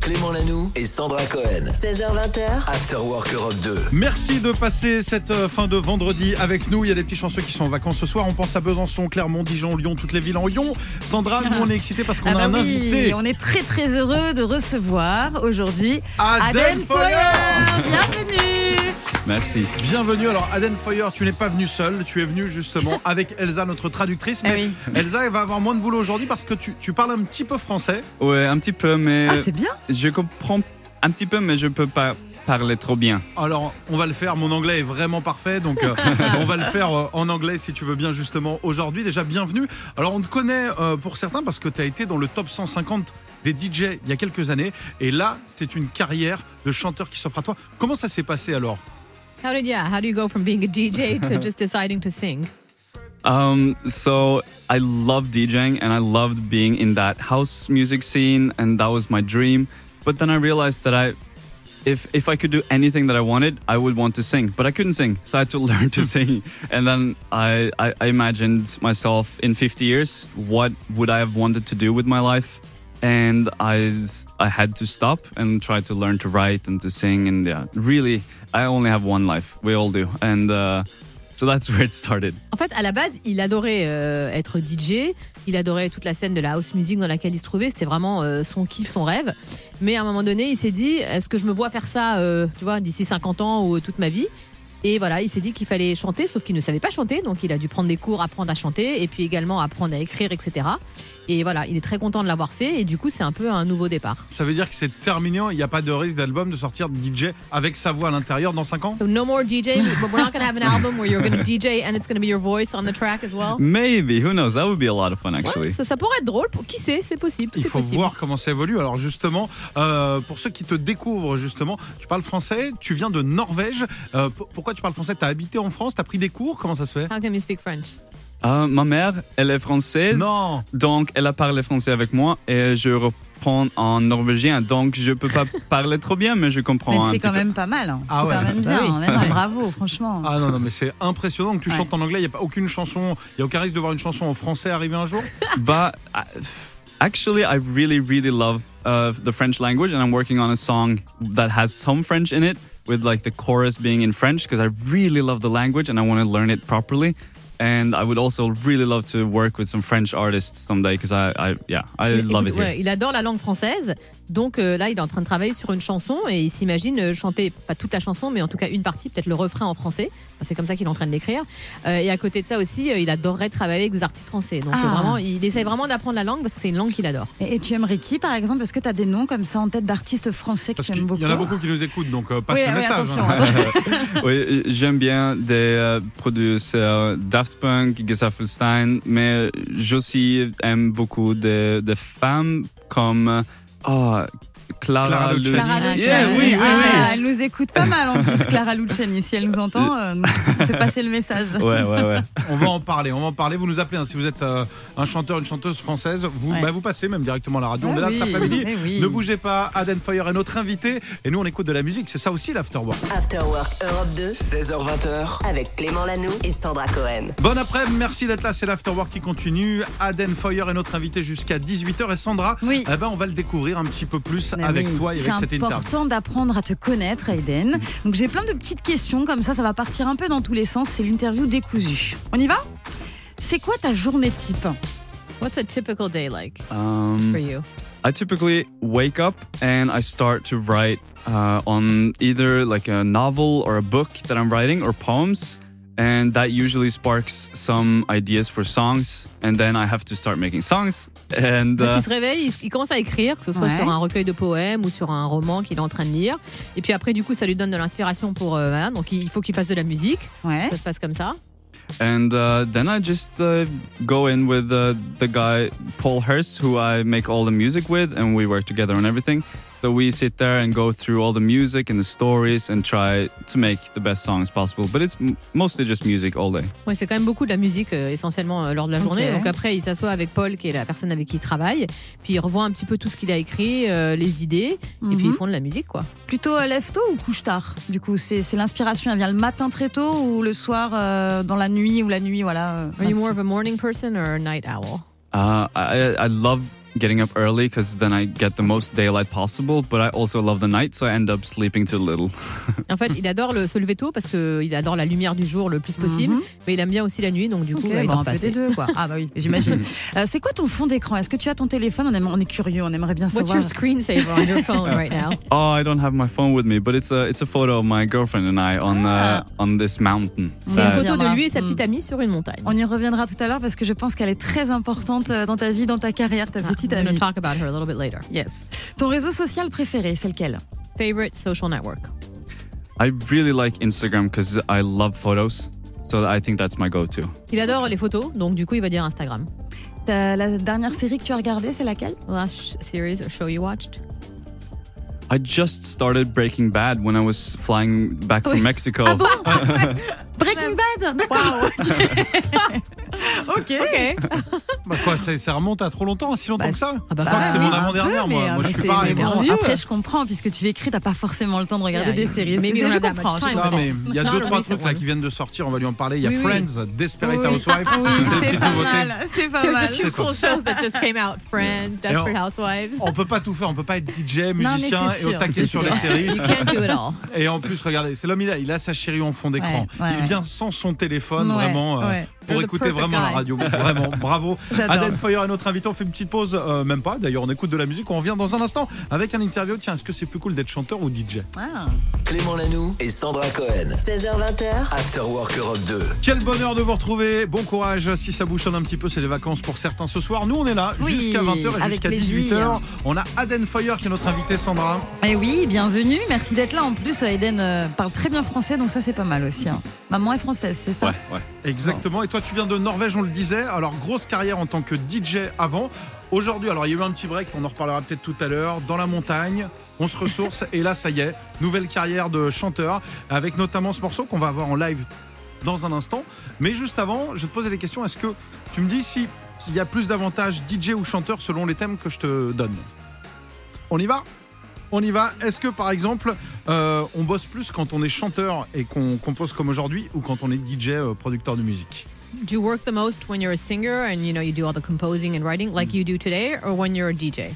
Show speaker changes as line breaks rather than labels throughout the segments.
Clément Lanoux et Sandra Cohen.
16h20h,
After Work Europe 2.
Merci de passer cette euh, fin de vendredi avec nous. Il y a des petits chanceux qui sont en vacances ce soir. On pense à Besançon, Clermont, Dijon, Lyon, toutes les villes en Lyon. Sandra, nous on est excités parce qu'on
Ah
a
bah
un
oui,
invité.
on est très très heureux de recevoir aujourd'hui
Aden
Aden Foyer.
Foyer.
Bienvenue.
Merci.
Bienvenue. Alors, Aden Foyer, tu n'es pas venu seul. Tu es venu justement avec Elsa, notre traductrice.
Ah
Mais
oui.
Elsa, elle va avoir moins de boulot aujourd'hui parce que tu, tu parles un petit peu français.
Ouais, un petit peu, mais
Ah c'est bien.
je comprends un petit peu, mais je peux pas parler trop bien.
Alors, on va le faire. Mon anglais est vraiment parfait. Donc, euh, on va le faire euh, en anglais si tu veux bien, justement, aujourd'hui. Déjà, bienvenue. Alors, on te connaît euh, pour certains parce que tu as été dans le top 150 des DJ il y a quelques années. Et là, c'est une carrière de chanteur qui s'offre à toi. Comment ça s'est passé alors
How did yeah? How do you go from being a DJ to just deciding to sing?
Um, so I love DJing and I loved being in that house music scene, and that was my dream. But then I realized that I, if if I could do anything that I wanted, I would want to sing. But I couldn't sing, so I had to learn to sing. And then I, I, I imagined myself in 50 years, what would I have wanted to do with my life? And I s- I had to stop and try to learn to write and to sing. And yeah, really, I only have one life. We all do. And uh, so that's where it started.
En fait, à la base, il adorait euh, être DJ. Il adorait toute la scène de la house music dans laquelle il se trouvait. C'était vraiment euh, son kiff, son rêve. Mais à un moment donné, il s'est dit est-ce que je me vois faire ça, euh, tu vois, d'ici 50 ans ou toute ma vie Et voilà, il s'est dit qu'il fallait chanter, sauf qu'il ne savait pas chanter. Donc, il a dû prendre des cours, apprendre à chanter, et puis également apprendre à écrire, etc. Et voilà, il est très content de l'avoir fait. Et du coup, c'est un peu un nouveau départ.
Ça veut dire que c'est terminé. Il n'y a pas de risque d'album de sortir de DJ avec sa voix à l'intérieur dans 5 ans
So no more DJ, but we're not going to have an album where you're going to DJ and it's going to be your voice on the track as well.
Maybe. Who knows? That would be a lot of fun,
Ouais,
actually.
ça, ça pourrait être drôle. Pour... Qui sait C'est possible. Tout
il
est
faut
possible.
voir comment ça évolue. Alors justement, euh, pour ceux qui te découvrent justement, tu parles français, tu viens de Norvège. Euh, p- pourquoi tu parles français T'as habité en France, t'as pris des cours, comment ça se fait
How can you speak French
Euh, ma mère, elle est française.
Non,
Donc, elle a parlé français avec moi et je reprends en norvégien. Donc, je peux pas parler trop bien, mais je comprends
Mais
un
c'est
petit
quand
peu.
même pas mal. hein.
Ah
C'est
ouais.
quand même bien.
Ah oui.
hein, même,
Ouais.
Bravo, franchement.
ah non non, mais c'est impressionnant que tu
Ouais.
chantes en anglais. Il y a pas aucune chanson, il y a aucun risque de voir une chanson en français arriver un jour.
But I, actually, I really, really love uh, the French language, and I'm working on a song that has some French in it, with like the chorus being in French, because I really love the language and I want to learn it properly. And I would also really love to work with some French artists someday, because I, I, yeah, I
il,
love it
écoute,
here.
ouais, il adore la langue française. Donc euh, là, il est en train de travailler sur une chanson et il s'imagine euh, chanter, pas toute la chanson, mais en tout cas une partie, peut-être le refrain en français. Enfin, c'est comme ça qu'il est en train de l'écrire. Euh, et à côté de ça aussi, euh, il adorerait travailler avec des artistes français. Donc
Ah.
euh, vraiment, il essaye vraiment d'apprendre la langue parce que c'est une langue qu'il adore.
Et, et tu aimerais qui, par exemple Est-ce que tu as des noms comme ça en tête d'artistes français que
Parce
tu
qu'il
aimes beaucoup
y en a beaucoup qui nous écoutent, donc euh, passe
Oui,
le
oui,
message.
attention.
hein.
oui, euh, j'aime bien des euh, producteurs Daft Punk, Gesaffelstein, mais j'aussi aime beaucoup des des femmes comme euh, oh, Clara,
Clara Luciani.
Clara
Luciani.
Luciani.
Yeah, oui, oui,
Ah, Elle nous écoute pas mal en plus, Clara Luciani. Si elle nous entend, euh, fais passer le message.
oui. Ouais, ouais, ouais.
On va en parler, on va en parler. Vous nous appelez hein, si vous êtes euh, un chanteur, une chanteuse française, vous,
Ouais.
bah, vous passez même directement à la radio. on
Ah
est là
oui,
cet après-midi.
eh oui.
Ne bougez pas, Aden Foyer est notre invité et nous on écoute de la musique. C'est ça aussi l'afterwork.
After Work Europe 2
16h20h,
avec Clément Lanoux et Sandra Cohen.
Bon après, merci d'être là, c'est l'Afterwork qui continue. Aden Foyer est notre invité jusqu'à 18h et Sandra,
Oui.
eh ben, on va le découvrir un petit peu plus
Mais
avec
oui,
toi et avec cette
C'est
interview.
important d'apprendre à te connaître, Aiden. Donc j'ai plein de petites questions comme ça, ça va partir un peu dans tous les sens. C'est l'interview décousue. On y va C'est quoi ta journée type
What's a typical day like
Um,
for you
I typically wake up and I start to write uh, on either like a novel or a book that I'm writing or poems. And that usually sparks some ideas for songs. And then I have to start making songs. And
En fait,
uh,
il se réveille, il, il commence à écrire, que ce soit
Ouais.
sur un recueil de poèmes ou sur un roman qu'il est en train de lire. Et puis après, du coup, ça lui donne de l'inspiration pour. euh, voilà, donc il faut qu'il fasse de la musique.
Ouais.
Ça se passe comme ça.
and uh, then I just uh, go in with uh, the guy Paul Hurst, who I make all the music with, and we work together on everything. So we sit there and go through all the music and the stories and try to make the best songs possible. But it's m- mostly just music all day.
Ouais, c'est quand même beaucoup de la musique, euh, essentiellement euh, lors de la
Ok.
journée. Donc après, il s'assoit avec Paul, qui est la personne avec qui il travaille. Puis il revoit un petit peu tout ce qu'il a écrit, euh, les idées. Et puis
Mhm.
ils font de la musique, quoi.
Plutôt euh, lève-tôt ou couche-tard Du coup, c'est c'est l'inspiration, elle vient le matin très tôt ou le soir euh, dans la nuit ou la nuit, voilà. euh,
Are you more of a morning person or a night owl?
Uh, I, I love getting up early because then I get the most daylight possible. But I also love the night, so I end up sleeping too little.
En fait, il adore le se lever tôt parce qu'il adore la lumière du jour le plus possible,
Mhm.
mais il aime bien aussi la nuit, donc du coup,
Ok,
il
bon,
dort
un
pas
peu des
assez.
deux, quoi. Ah bah oui, j'imagine. Euh, c'est quoi ton fond d'écran Est-ce que tu as ton téléphone on, aime- on est curieux, on aimerait bien
What's
savoir.
your screensaver on your phone right now?
Oh, I don't have my phone with me, but it's a it's a photo of my girlfriend and I on uh, on this mountain.
C'est
Ah.
une photo de lui et sa
Mm.
petite amie sur une montagne.
On y reviendra tout à l'heure parce que je pense qu'elle est très importante euh, dans ta vie, dans ta carrière, ta
Ah,
petite
we're gonna
amie.
talk about her a little bit later.
Yes. Ton réseau social préféré, c'est lequel
Favorite social network.
I really like Instagram because I love photos, so I think that's my go-to.
Il adore les photos, donc du coup, il va dire Instagram.
T'as- La dernière série que tu as regardée, c'est laquelle
Last sh- series or show you watched?
I just started Breaking Bad when I was flying back from Mexico.
Breaking Bad D'accord Ok,
Ok.
Bah quoi, ça, ça remonte à trop longtemps, à si longtemps
Bah,
que ça
Ah bah
Je crois que
bah,
c'est
oui.
mon
un
avant-dernière,
peu,
moi.
mais,
Moi, je
euh,
suis
c'est-
pareil.
mais
moi.
bon.
Bon,
Dieu.
après, je comprends, puisque tu écris, t'as pas forcément le temps de regarder
Yeah,
des séries.
maybe
C'est-
we
je
don't have that
comprends,
much
je
time,
Ah,
comprends.
mais il y a
Non,
deux,
mais
trois
oui, c'est
trucs
vrai.
là qui viennent de sortir, on va lui en parler. Il y a
Oui, oui.
Friends, Desperate
Oui.
Housewives. c'est une
C'est
petite
pas
nouveauté.
mal, c'est pas
There's a
mal.
few cool shows that just came out. Friends,
Et on-
Desperate Housewives.
On peut pas tout faire, on peut pas être DJ,
mais
musicien
c'est
et au
sûr,
taquet
c'est
sur
sûr.
les séries.
You can't do it all.
Et en plus, regardez, c'est l'homme idéal. Il a sa chérie en fond d'écran.
Ouais, ouais,
il
ouais.
vient sans son téléphone,
Ouais,
vraiment, euh,
ouais.
pour
You're the
écouter
perfect
vraiment la
guy.
radio. Vraiment, bravo.
J'adore.
Aden Foyer est notre invité. On fait une petite pause, euh, même pas. D'ailleurs, on écoute de la musique. On revient dans un instant avec un interview. Tiens, est-ce que c'est plus cool d'être chanteur ou DJ
Ah.
Clément Lanoux et Sandra Cohen.
16h20h,
After Work Europe 2.
Quel bonheur de vous retrouver. Bon courage. Si ça bouchonne un petit peu, c'est les vacances pour certains ce soir. Nous, on est là
Oui,
jusqu'à 20h et
avec
jusqu'à
plaisir.
18h. On a Aden Foyer qui est notre invité, Sandra.
Eh oui, bienvenue, merci d'être là. En plus, Eden euh, parle très bien français, donc ça c'est pas mal aussi. hein. Maman est française, c'est ça
Ouais, ouais.
Exactement. Et toi, tu viens de Norvège, on le disait. Alors, grosse carrière en tant que DJ avant. Aujourd'hui, alors il y a eu un petit break, on en reparlera peut-être tout à l'heure, dans la montagne, on se ressource et là ça y est, nouvelle carrière de chanteur avec notamment ce morceau qu'on va avoir en live dans un instant. Mais juste avant, je vais te posais des questions, est-ce que tu me dis si- s'il y a plus d'avantages DJ ou chanteur selon les thèmes que je te donne On y va on y va. Est-ce que par exemple, euh, on bosse plus quand on est chanteur et qu'on compose comme aujourd'hui ou quand on est DJ euh, producteur de musique
Do you work the most when you're a singer and you know you do all the composing and writing
Mm.
like you do today, or when you're a DJ?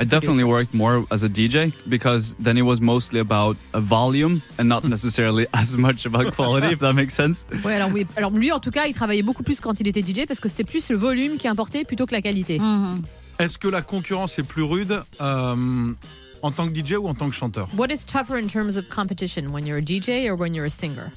I definitely
Yes.
worked more as a DJ because then it was mostly about a volume and not necessarily as much about quality, if that makes sense.
Ouais, alors oui. Alors lui, en tout cas, il travaillait beaucoup plus quand il était DJ parce que c'était plus le volume qui importait plutôt que la qualité.
Mhm.
Est-ce que la concurrence est plus rude euh, en tant que DJ ou en tant que chanteur
What is tougher in terms of competition when you're a DJ or when you're a singer?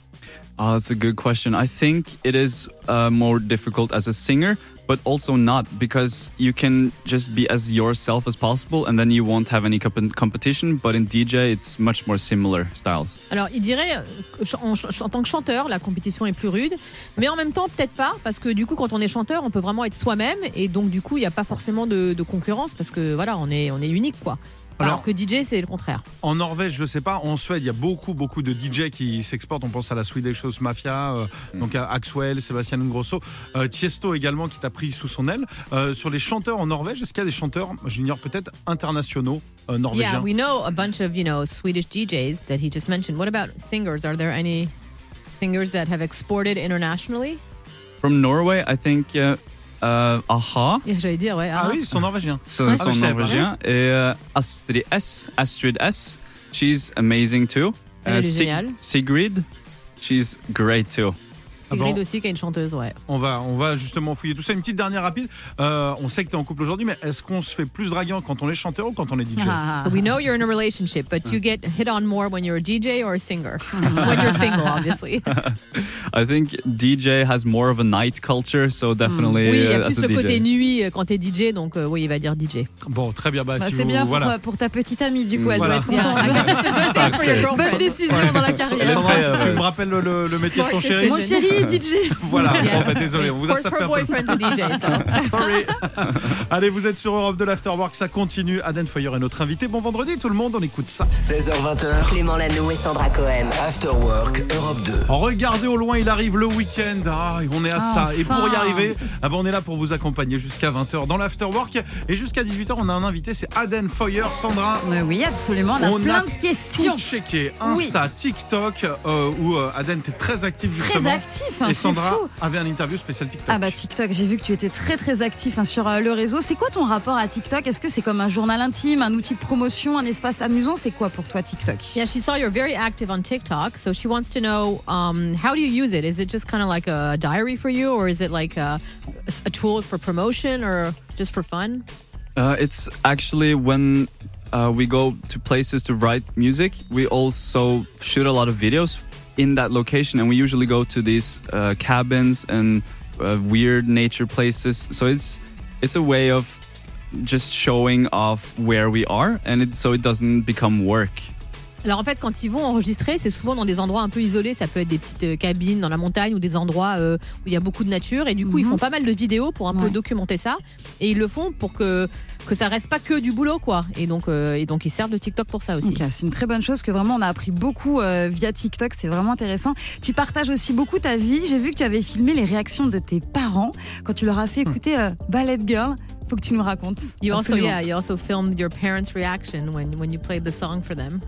Oh, that's a good question. I think it is uh, more difficult as a singer, but also not because you can just be as yourself as possible and then you won't have any comp- competition. But in DJ, it's much more similar styles.
Alors, il dirait euh, que ch- en, ch- en tant que chanteur, la compétition est plus rude, mais en même temps, peut-être pas, parce que du coup, quand on est chanteur, on peut vraiment être soi-même, et donc du coup, il n'y a pas forcément de, de concurrence, parce que voilà, on est, on est unique, quoi. Alors,
Alors-
que DJ, c'est le contraire.
En Norvège, je sais pas. En Suède, il y a beaucoup, beaucoup de DJ qui s'exportent. On pense à la Swedish House Mafia, euh, donc à Axwell, Sébastien Grosso, euh, Tiesto également qui t'a pris sous son aile. Euh, sur les chanteurs en Norvège, est-ce qu'il y a des chanteurs, j'ignore peut-être, internationaux euh, norvégiens
Yeah, we know a bunch of, you know, Swedish DJs that he just mentioned. What about singers? Are there any singers that have exported internationally?
From Norway, I think uh, uh, Aha.
Yeah, J'allais dire, ouais.
Ah
hein.
oui, ils sont norvégiens.
So
Oh,
Ah, je savais pas.
Norwegian. Et, uh, Astrid S. Astrid S. She's amazing too. Uh,
Elle est géniale.
Sigrid. She's great too.
Ah bon
Sigrid aussi, qui est une chanteuse, ouais.
On va, on va justement fouiller tout ça. Une petite dernière rapide. Euh, on sait que tu es en couple aujourd'hui, mais est-ce qu'on se fait plus draguant quand on est chanteur ou quand on est DJ
Ah.
So we know you're in a relationship, but
Hmm.
you get hit on more when you're a DJ or a singer. when you're single, obviously.
I think DJ has more of a night culture, so definitely
Mm. Oui, il y
uh,
a
as
plus le
a DJ.
côté nuit euh, quand t'es DJ, donc euh, oui, il va dire DJ.
Bon, très bien. Bah,
Bah,
si
c'est
vous-
bien pour,
voilà.
euh, pour ta petite amie, du coup, elle
Voilà.
doit être contente. Bonne décision dans la carrière.
Sandra,
Ouais,
tu
ouais.
me rappelles le, le- le métier de ton
Smart
chéri
decision.
Mon chéri est DJ.
Voilà,
Yes.
Bon, bah, désolé, on
Of
vous a
course,
sapé
her
un peu.
boyfriend's a DJ, so.
Sorry. Allez, vous êtes sur Europe de l'Afterwork, ça continue. Aden Foyer est notre invité. Bon vendredi tout le monde, on écoute ça.
16h20h.
Clément Lanoux et Sandra Cohen.
After Work Europe 2.
Regardez au loin, il arrive le week-end. Ah, on est à
Ah,
ça. Et pour y
enfin.
arriver, ah ben, on est là pour vous accompagner jusqu'à 20h dans l'Afterwork. Et jusqu'à 18h, on a un invité, c'est Aden Foyer. Sandra,
Mais Euh, oui, absolument, on a
On
plein
a
de
tout
questions.
checker. Insta, TikTok, euh, où euh, Aden, t'es très active
Très
justement.
active, actif. hein,
Et
c'est
Sandra
fou.
avait un interview spécial TikTok.
Ah bah TikTok, j'ai vu que tu étais très très actif hein, sur euh, le réseau. C'est quoi ton rapport à TikTok Est-ce que c'est comme un journal intime, un outil de promotion, un espace amusant C'est quoi pour toi TikTok
Yeah, she saw you're very active on TikTok, so she wants to know um, how do you use it? Is it just kind of like a diary for you, or is it like a, a tool for promotion, or just for fun?
Uh, it's actually when uh, we go to places to write music, we also shoot a lot of videos in that location, and we usually go to these uh, cabins and uh, weird nature places. So it's it's a way of just showing off where we are, and it, so it doesn't become work.
Alors en fait, quand ils vont enregistrer, c'est souvent dans des endroits un peu isolés. Ça peut être des petites euh, cabines dans la montagne ou des endroits euh, où il y a beaucoup de nature. Et du coup, ils
Mhm.
font pas mal de vidéos pour un peu
Ouais.
documenter ça. Et ils le font pour que que ça reste pas que du boulot, quoi. Et donc, euh, et donc ils servent de TikTok pour ça aussi.
Ok, c'est une très bonne chose que vraiment on a appris beaucoup euh, via TikTok, c'est vraiment intéressant. Tu partages aussi beaucoup ta vie. J'ai vu que tu avais filmé les réactions de tes parents quand tu leur as fait écouter euh, Ballet Girl. Faut que tu nous racontes.
You also,
Absolument.
yeah, you also filmed your parents' reaction when when you played the song for them.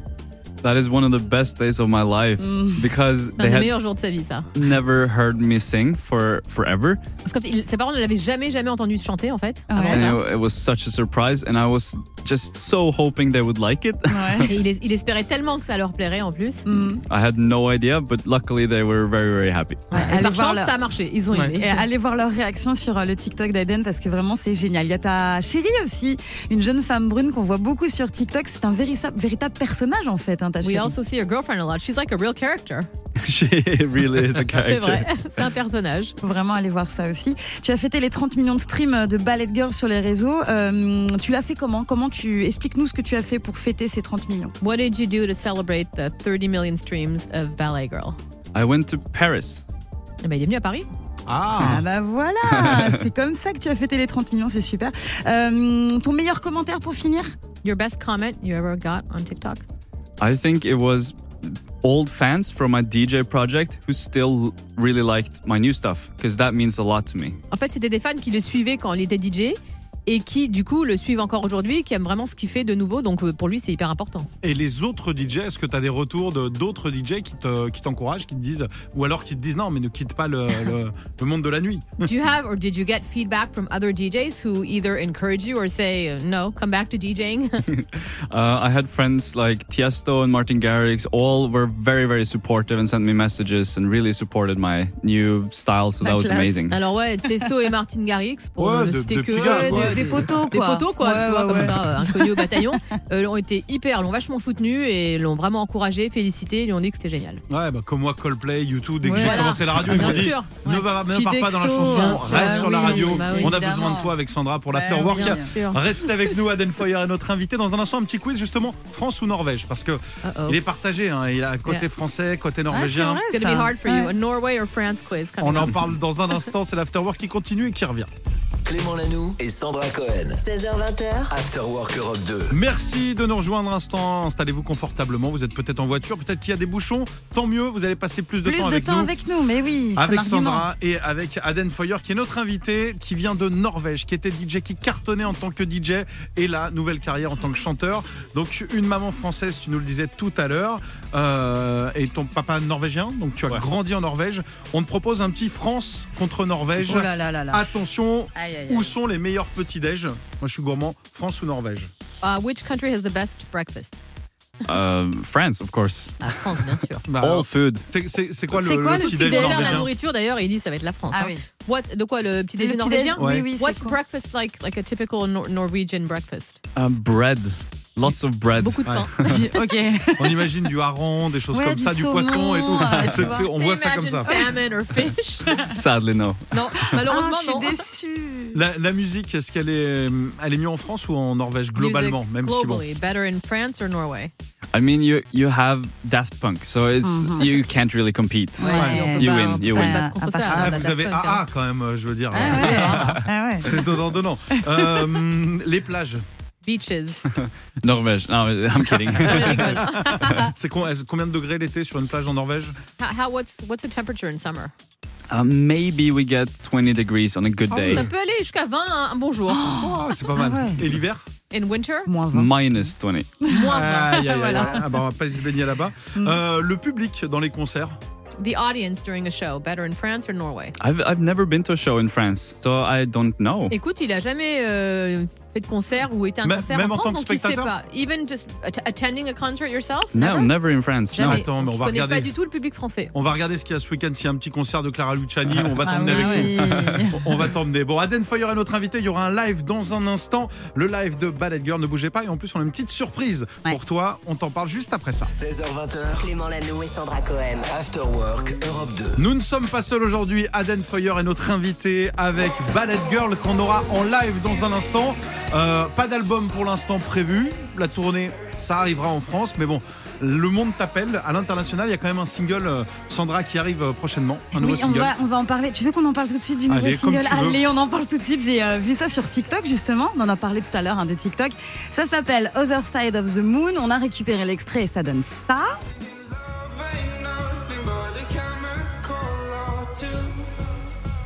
That is one of the best days of my life because
C'est un
they
des
had
meilleurs jours de sa vie, ça.
never heard me sing for forever.
Parce que il- ses parents ne l'avaient jamais, jamais entendu chanter, en fait.
Ah Ouais.
avant ça.
and it, it was such a surprise and i was just so hoping they would like it
Ouais.
Et il, es- il espérait tellement que ça leur plairait en plus.
Mm.
i had no idea but luckily they were very very happy
Et
allez
par
voir
chance,
leur-
ça a marché. Ils ont aimé.
Et allez voir leur réaction sur euh, le TikTok d'Aiden parce que vraiment c'est génial. Il y a ta chérie aussi, une jeune femme brune qu'on voit beaucoup sur TikTok. C'est un véritable, véritable personnage en fait, hein, ta
We
chérie.
also see your girlfriend a lot. She's like a real character.
she really is a
C'est
character
vrai. C'est un personnage.
Faut vraiment aller voir ça aussi. Tu as fêté les 30 millions de streams euh, de Ballet Girl sur les réseaux. Euh, tu l'as fait comment Comment tu explique-nous ce que tu as fait pour fêter ces 30 millions
What did you do to celebrate the 30 million streams of Ballet Girl?
i went to paris
Eh ben, il est venu à Paris.
Ah,
Ah bah voilà, c'est comme ça que tu as fêté les 30 millions, c'est super. Euh, ton meilleur commentaire pour finir
Your best comment you ever got on TikTok?
i think it was old fans from my dj project who still really liked my new stuff because that means a lot to me
En fait, c'était des fans qui le suivaient quand il était DJ et qui, du coup, le suivent encore aujourd'hui, qui aiment vraiment ce qu'il fait de nouveau. Donc, euh, pour lui, c'est hyper important.
Et les autres DJ, est-ce que tu as des retours de- d'autres DJ qui te- qui t'encouragent, qui te disent, ou alors qui te disent non, mais ne quitte pas le, le- le monde de la nuit
Do you have or did you get feedback from other DJs who either encourage you or say, uh, no, come back to DJing?
Uh, I had friends like Tiesto and Martin Garrix. All were very, very supportive and sent me messages and really supported my new style. So
My
that was
class.
amazing.
Alors, ouais, Tiesto et Martin Garrix, pour
Ouais,
ne
de-
citer
de
que
petits gars,
eux,
quoi.
des-
Des poteaux
des
quoi.
poteaux, quoi,
Ouais,
tu vois,
ouais,
comme
ouais.
ça, euh, inconnus au bataillon, euh, l'ont été hyper, l'ont vachement soutenu et l'ont vraiment encouragé, félicité, ils lui ont dit que c'était génial.
Ouais, bah, comme moi, Coldplay, YouTube, dès que
Ouais.
j'ai
Voilà. Ah,
commencé la radio, ils
Bien
m'ont dit
sûr.
ne
ouais.
va ne
Petit
pars pas dans la
texto,
chanson,
bien sûr.
reste sur la
Ah oui,
radio.
bah oui.
On a
Évidemment.
besoin de toi avec Sandra pour l'after
Bah oui,
work.
Bien sûr.
Restez avec nous, Aden Foyer est notre invité. Dans un instant, un petit quiz justement France ou Norvège, parce que
Uh-oh.
Ah, il est partagé. hein, il a côté
Yeah.
français, côté
Oh. Ah, c'est
norvégien.
vrai,
It's gonna
ça.
be hard for you.
Ouais.
A Norway or France quiz coming
On
up.
en parle dans un instant. C'est l'afterwork qui continue et qui revient.
Clément Lanoux et Sandra Cohen.
16h, 20h,
After Work Europe 2.
Merci de nous rejoindre un instant. Installez-vous confortablement. Vous êtes peut-être en voiture, peut-être qu'il y a des bouchons. Tant mieux, vous allez passer plus de
Plus
temps
de
avec
temps
nous.
avec nous, mais oui. c'est
avec
un argument.
Sandra et avec Aden Foyer qui est notre invité, qui vient de Norvège, qui était DJ, qui cartonnait en tant que DJ et la nouvelle carrière en tant que chanteur. Donc une maman française, tu nous le disais tout à l'heure, euh, et ton papa norvégien, donc tu as grandi en Norvège. On te propose un petit France contre Norvège.
Oh là là là là.
Attention,
Aïe, aïe, aïe.
Ah, où sont les meilleurs petits-déj Moi je suis gourmand, France ou Norvège
Uh, which country has the best breakfast?
Uh, France, of course.
La France, bien sûr.
Bah,
All food.
c'est- C'est c'est quoi le,
C'est quoi le
petit-déj
Il
petit-déj
gère la
norvégien
nourriture d'ailleurs, il dit ça va être la France.
Ah
hein.
oui.
What, de quoi le petit déjeuner
Le petit-déj,
norvégien
Oui, oui, c'est
What's
quoi
breakfast like, like a typical Nor- Norwegian breakfast?
Uh, bread. Lots of bread.
Beaucoup de pain.
Ok.
On imagine du hareng, des choses
Ouais,
comme
du
ça, du
saumon,
poisson et tout.
euh, tu
C'est-
vois.
c'est- on voit ça comme ça.
Imagine salmon or fish.
Sadly, no.
non,
Ah,
malheureusement
je suis
non.
déçue.
La, la musique, est-ce qu'elle est, euh, elle est mieux en France ou en Norvège globalement,
Music
même
globally, better in France or Norway?
I mean, you you have Daft Punk, so it's
Mm-hmm.
you can't really compete.
Ouais.
on peut
You
pas-
win,
on peut
you
pas
win.
se battre contre
Ah,
ça,
si bon
hein,
Ah, vous
Daft
avez
Punk, hein.
AA quand même, euh, je veux dire.
Ah ouais. Ah ouais.
C'est donnant donnant. Euh, les plages,
Beaches.
Norvège. No, I'm kidding.
Ah.
c'est con- est-ce- combien de degrés l'été sur une plage en Norvège
how, how- what's what's the temperature in summer?
uh, maybe we get 20 degrees on a good
Ça
day.
peut aller jusqu'à 20 un, un bon jour.
Oh, C'est pas mal.
Ah ouais.
Et l'hiver
In winter,
Moins 20.
Minus 20.
moins
Euh.
20.
Mm.
Aïe, aïe, aïe, aïe. Ah bah, On va pas se baigner là-bas. Euh, le public dans les concerts,
the audience during a show? Better in France or Norway?
I've, I've never been to a show in France, so I don't know.
Écoute, il a jamais euh, fait de concert ou été à un
Même-
concert
même
en
en
France,
tant que
donc il sait
spectateur
pas. Even just att- attending a concert yourself?
No,
Never?
never in France.
Jamais.
No.
Attends, mais on
Donc, je
va
connais
regarder.
pas du tout le public français.
On va regarder ce qu'il y a ce week-end. S'il y a un petit concert de Clara Luciani, on va
Ah
t'emmener avec nous.
oui.
On va t'emmener. Bon, Aden Foyer est notre invité. Il y aura un live dans un instant. Le live de Ballet Girl. Ne bougez pas. Et en plus, on a une petite surprise
Ouais.
pour toi. On t'en parle juste après ça.
16h20h,
Clément Lano et Sandra Cohen.
After Work Europe 2.
Nous ne sommes pas seuls aujourd'hui. Aden Foyer est notre invité avec Ballet Girl qu'on aura en live dans un instant. Euh, pas d'album pour l'instant prévu. La tournée, ça arrivera en France. Mais bon, le monde t'appelle. À l'international, il y a quand même un single, euh, Sandra, qui arrive euh, prochainement. Un nouveau
Oui, on
single.
va, on va en parler. Tu veux qu'on en parle tout de suite du nouveau
Allez, comme
single
tu veux.
Allez, on en parle tout de suite. J'ai euh, vu ça sur TikTok, justement. On en a parlé tout à l'heure hein, de TikTok. Ça s'appelle Other Side of the Moon. On a récupéré l'extrait et ça donne ça.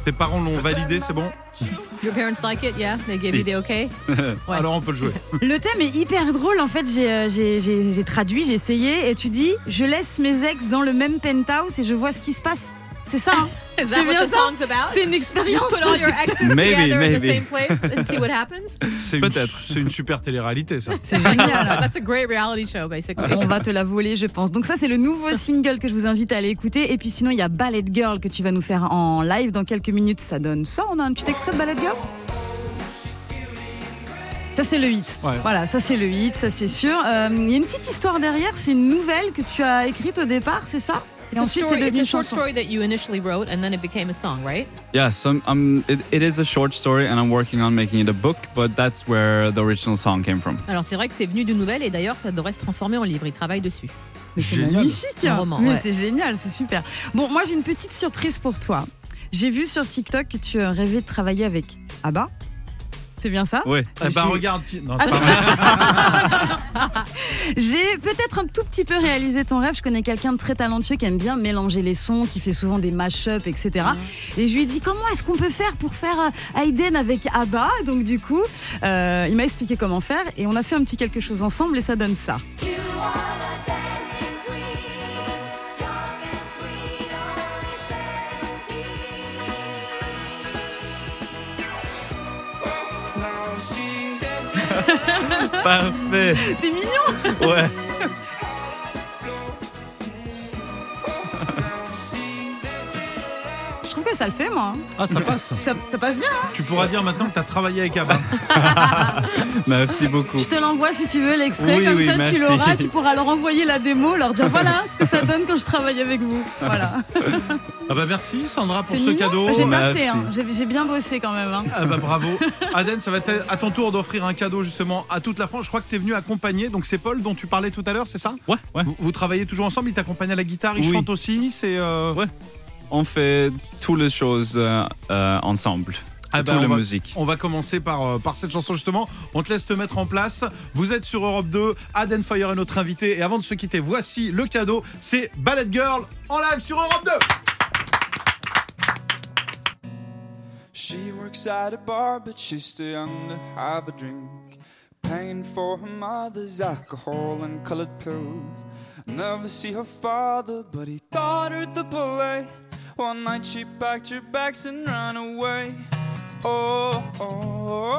Tes parents l'ont validé, c'est bon
Your parents like it, yeah? They gave you the okay? Ouais.
Alors on peut le jouer.
Le thème est hyper drôle. En fait, j'ai, euh, j'ai- j'ai- j'ai traduit, j'ai essayé. Et tu dis Je laisse mes ex dans le même penthouse et je vois ce qui se passe. C'est ça, hein
Is
C'est
that what
bien
the
ça.
song's about?
C'est une
You
expérience.
put all your exes
Maybe,
together in the
maybe.
same place and see what happens?
C'est une,
Peut-être.
c'est une super télé-réalité, ça.
C'est génial.
That's a great reality show, basically.
On va te la voler, je pense. Donc ça, c'est le nouveau single que je vous invite à aller écouter. Et puis sinon, il y a Ballet Girl que tu vas nous faire en live dans quelques minutes. Ça donne ça. On a un petit extrait de Ballet Girl ça c'est le hit.
Ouais.
Voilà, ça c'est le hit, ça c'est sûr. Euh, Il y a une petite histoire derrière, c'est une nouvelle que tu as écrite au départ, c'est ça
It's
Et
a
ensuite c'est
story. It's
devenu
a
une
short
chanson.
story that you initially wrote, and then it became a song, right?
Yeah, so I'm, i it, it is a short story, and I'm working on making it a book, but that's where the original song came from.
Alors c'est vrai que c'est venu d'une nouvelle, et d'ailleurs ça devrait se transformer en livre. Il travaille dessus.
Mais c'est
Génial.
magnifique. hein.
Un roman,
Mais
ouais.
c'est génial, c'est super. Bon, moi j'ai une petite surprise pour toi. J'ai vu sur TikTok que tu euh, rêvais de travailler avec Abba. C'est bien ça
Oui.
Eh ben
Je-
regarde qui. Non,
Ah,
c'est pas vrai.
J'ai peut-être un tout petit peu réalisé ton rêve. Je connais quelqu'un de très talentueux qui aime bien mélanger les sons, qui fait souvent des mash-ups, etc. Et je lui ai dit comment est-ce qu'on peut faire pour faire euh, Hayden avec Abba. Donc du coup, euh, il m'a expliqué comment faire et on a fait un petit quelque chose ensemble et ça donne ça.
Parfait.
C'est mignon.
Ouais.
Je trouve que ça le fait moi. hein.
Ah, ça passe.
Ça, ça passe bien. hein
Tu pourras dire maintenant que t'as travaillé avec Abba.
Merci beaucoup.
Je te l'envoie si tu veux l'extrait
Oui,
comme
oui,
ça
merci.
tu l'auras. Tu pourras leur envoyer la démo, leur dire voilà ce que ça donne quand je travaille avec vous. Voilà.
Ah bah merci Sandra pour
C'est
ce
mignon.
cadeau.
J'ai bien
merci.
fait. hein. J'ai j'ai bien bossé quand même. hein.
Ah bah bravo. Aden, ça va être à ton tour d'offrir un cadeau justement à toute la France. Je crois que t'es venu accompagner. Donc c'est Paul dont tu parlais tout à l'heure, c'est ça
Ouais, ouais.
vous, vous travaillez toujours ensemble. Il t'accompagne à la guitare, il
Oui.
chante aussi. C'est. euh,
Ouais. On fait toutes les choses euh, euh, ensemble.
Ah
Toute
bah,
la
on va-
musique.
On va commencer par, euh, par cette chanson justement. On te laisse te mettre en place. Vous êtes sur Europe 2. Aden Fire est notre invité. Et avant de se quitter, voici le cadeau. C'est Ballet Girl en live sur Europe 2.
She works at a bar, but she's too young to have a drink. Paying for her mother's alcohol and colored pills. Never see her father, but he taught her the ballet. One night she packed her bags and ran away. Oh, oh,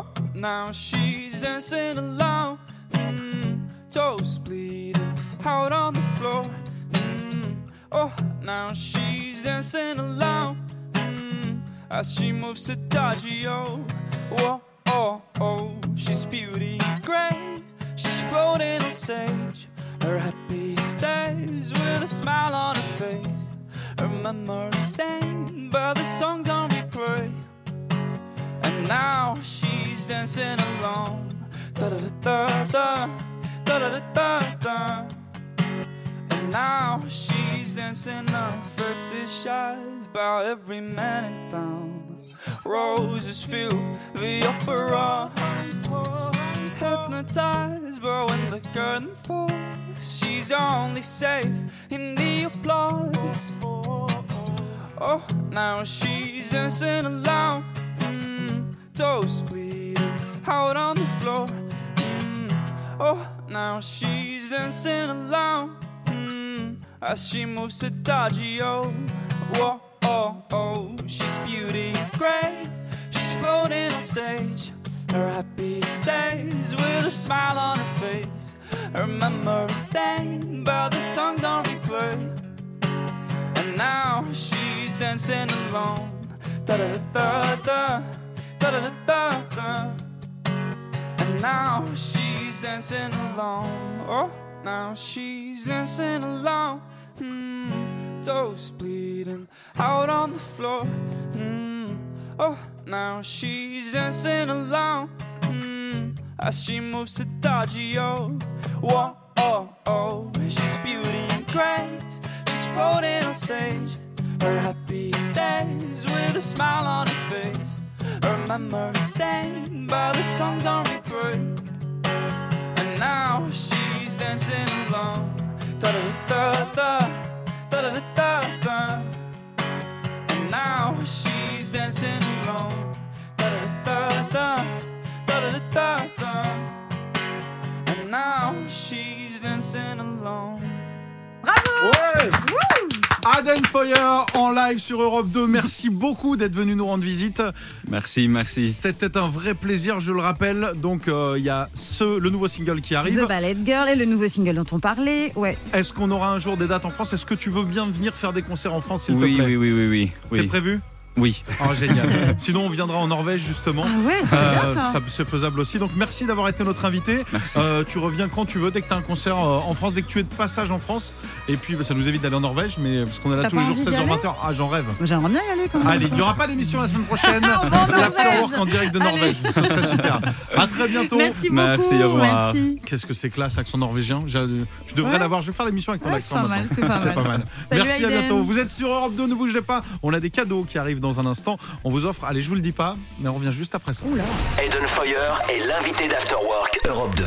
oh. now she's dancing alone. Mm, toes bleeding out on the floor. Mm, oh, now she's dancing alone. Mm, as she moves to Daggio. Whoa, oh, oh, she's beauty and grace. She's floating on stage. Her happy stays with a smile on her face. Her memories stained by the songs on replay. And now she's dancing alone. Da da da da da da da da da. And now she's dancing on fetishes by every man in town. Roses fill the opera. Hypnotized, but when the curtain falls, she's only safe in the applause. Oh, now she's dancing alone. Mm, toes bleeding out on the floor. Mm, oh, now she's dancing alone. Mm, as she moves to Dodgio. Whoa, oh, oh, she's beauty and grace. She's floating on stage. Her happiest days with a smile on her face. Her memory stained, but the songs on replay. And now she's dancing alone. Da da da da da da da da da. And now she's dancing alone. Oh, now she's dancing alone. Hmm, toes bleeding out on the floor. Hmm, oh, now she's dancing alone. Hmm, as she moves to Dodgio. Whoa, oh, oh, she's beauty and grace. She's floating on stage. Her happy days with a smile on her face. Her memory stained by the songs on replay. And now she's dancing alone. Da da da da da da da da da. And now she's dancing alone. Da da da da da da da da. And now she's dancing alone.
Ouais Aden Foyer en live sur Europe 2. Merci beaucoup d'être venu nous rendre visite.
Merci, merci.
C'était un vrai plaisir, je le rappelle. Donc euh, il y a ce, le nouveau single qui arrive.
The Ballet Girl et le nouveau single dont on parlait. Ouais.
Est-ce qu'on aura un jour des dates en France Est-ce que tu veux bien venir faire des concerts en France, s'il
Oui,
te plaît
oui, oui, oui, oui.
C'est
Oui.
prévu
oui.
Oh, génial. Sinon, on viendra en Norvège, justement.
Ah ouais, c'est bien
Euh,
ça.
ça- c'est faisable aussi. Donc merci d'avoir été notre invité.
Merci.
Euh, tu reviens quand tu veux, dès que tu as un concert euh, en France, dès que tu es de passage en France. Et puis bah, ça nous évite d'aller en Norvège, mais parce qu'on est là
T'as
tous les
pas
jours
envie d'y
16h,
aller
20h. Ah, j'en rêve.
Moi, J'aimerais bien y aller quand même.
Allez, il n'y aura pas d'émission la semaine prochaine.
On va en
L'afterwork
Norvège.
en direct de
Allez.
Norvège. Ce serait super. À très bientôt.
Merci beaucoup.
Merci, au revoir.
Merci.
Qu'est-ce que c'est classe, accent norvégien J'ai- Je devrais
Ouais.
l'avoir. Je vais faire l'émission avec ton
Ouais, c'est
accent
pas
maintenant.
mal, c'est pas
C'est
mal.
pas mal.
Salut,
Merci, à
Aiden.
bientôt. Vous êtes sur Europe 2, ne bougez pas. On a des cadeaux qui arrivent dans un instant. On vous offre, allez, je vous le dis pas, mais on revient juste après ça.
Eden Foyer est l'invité d'Afterwork Europe 2.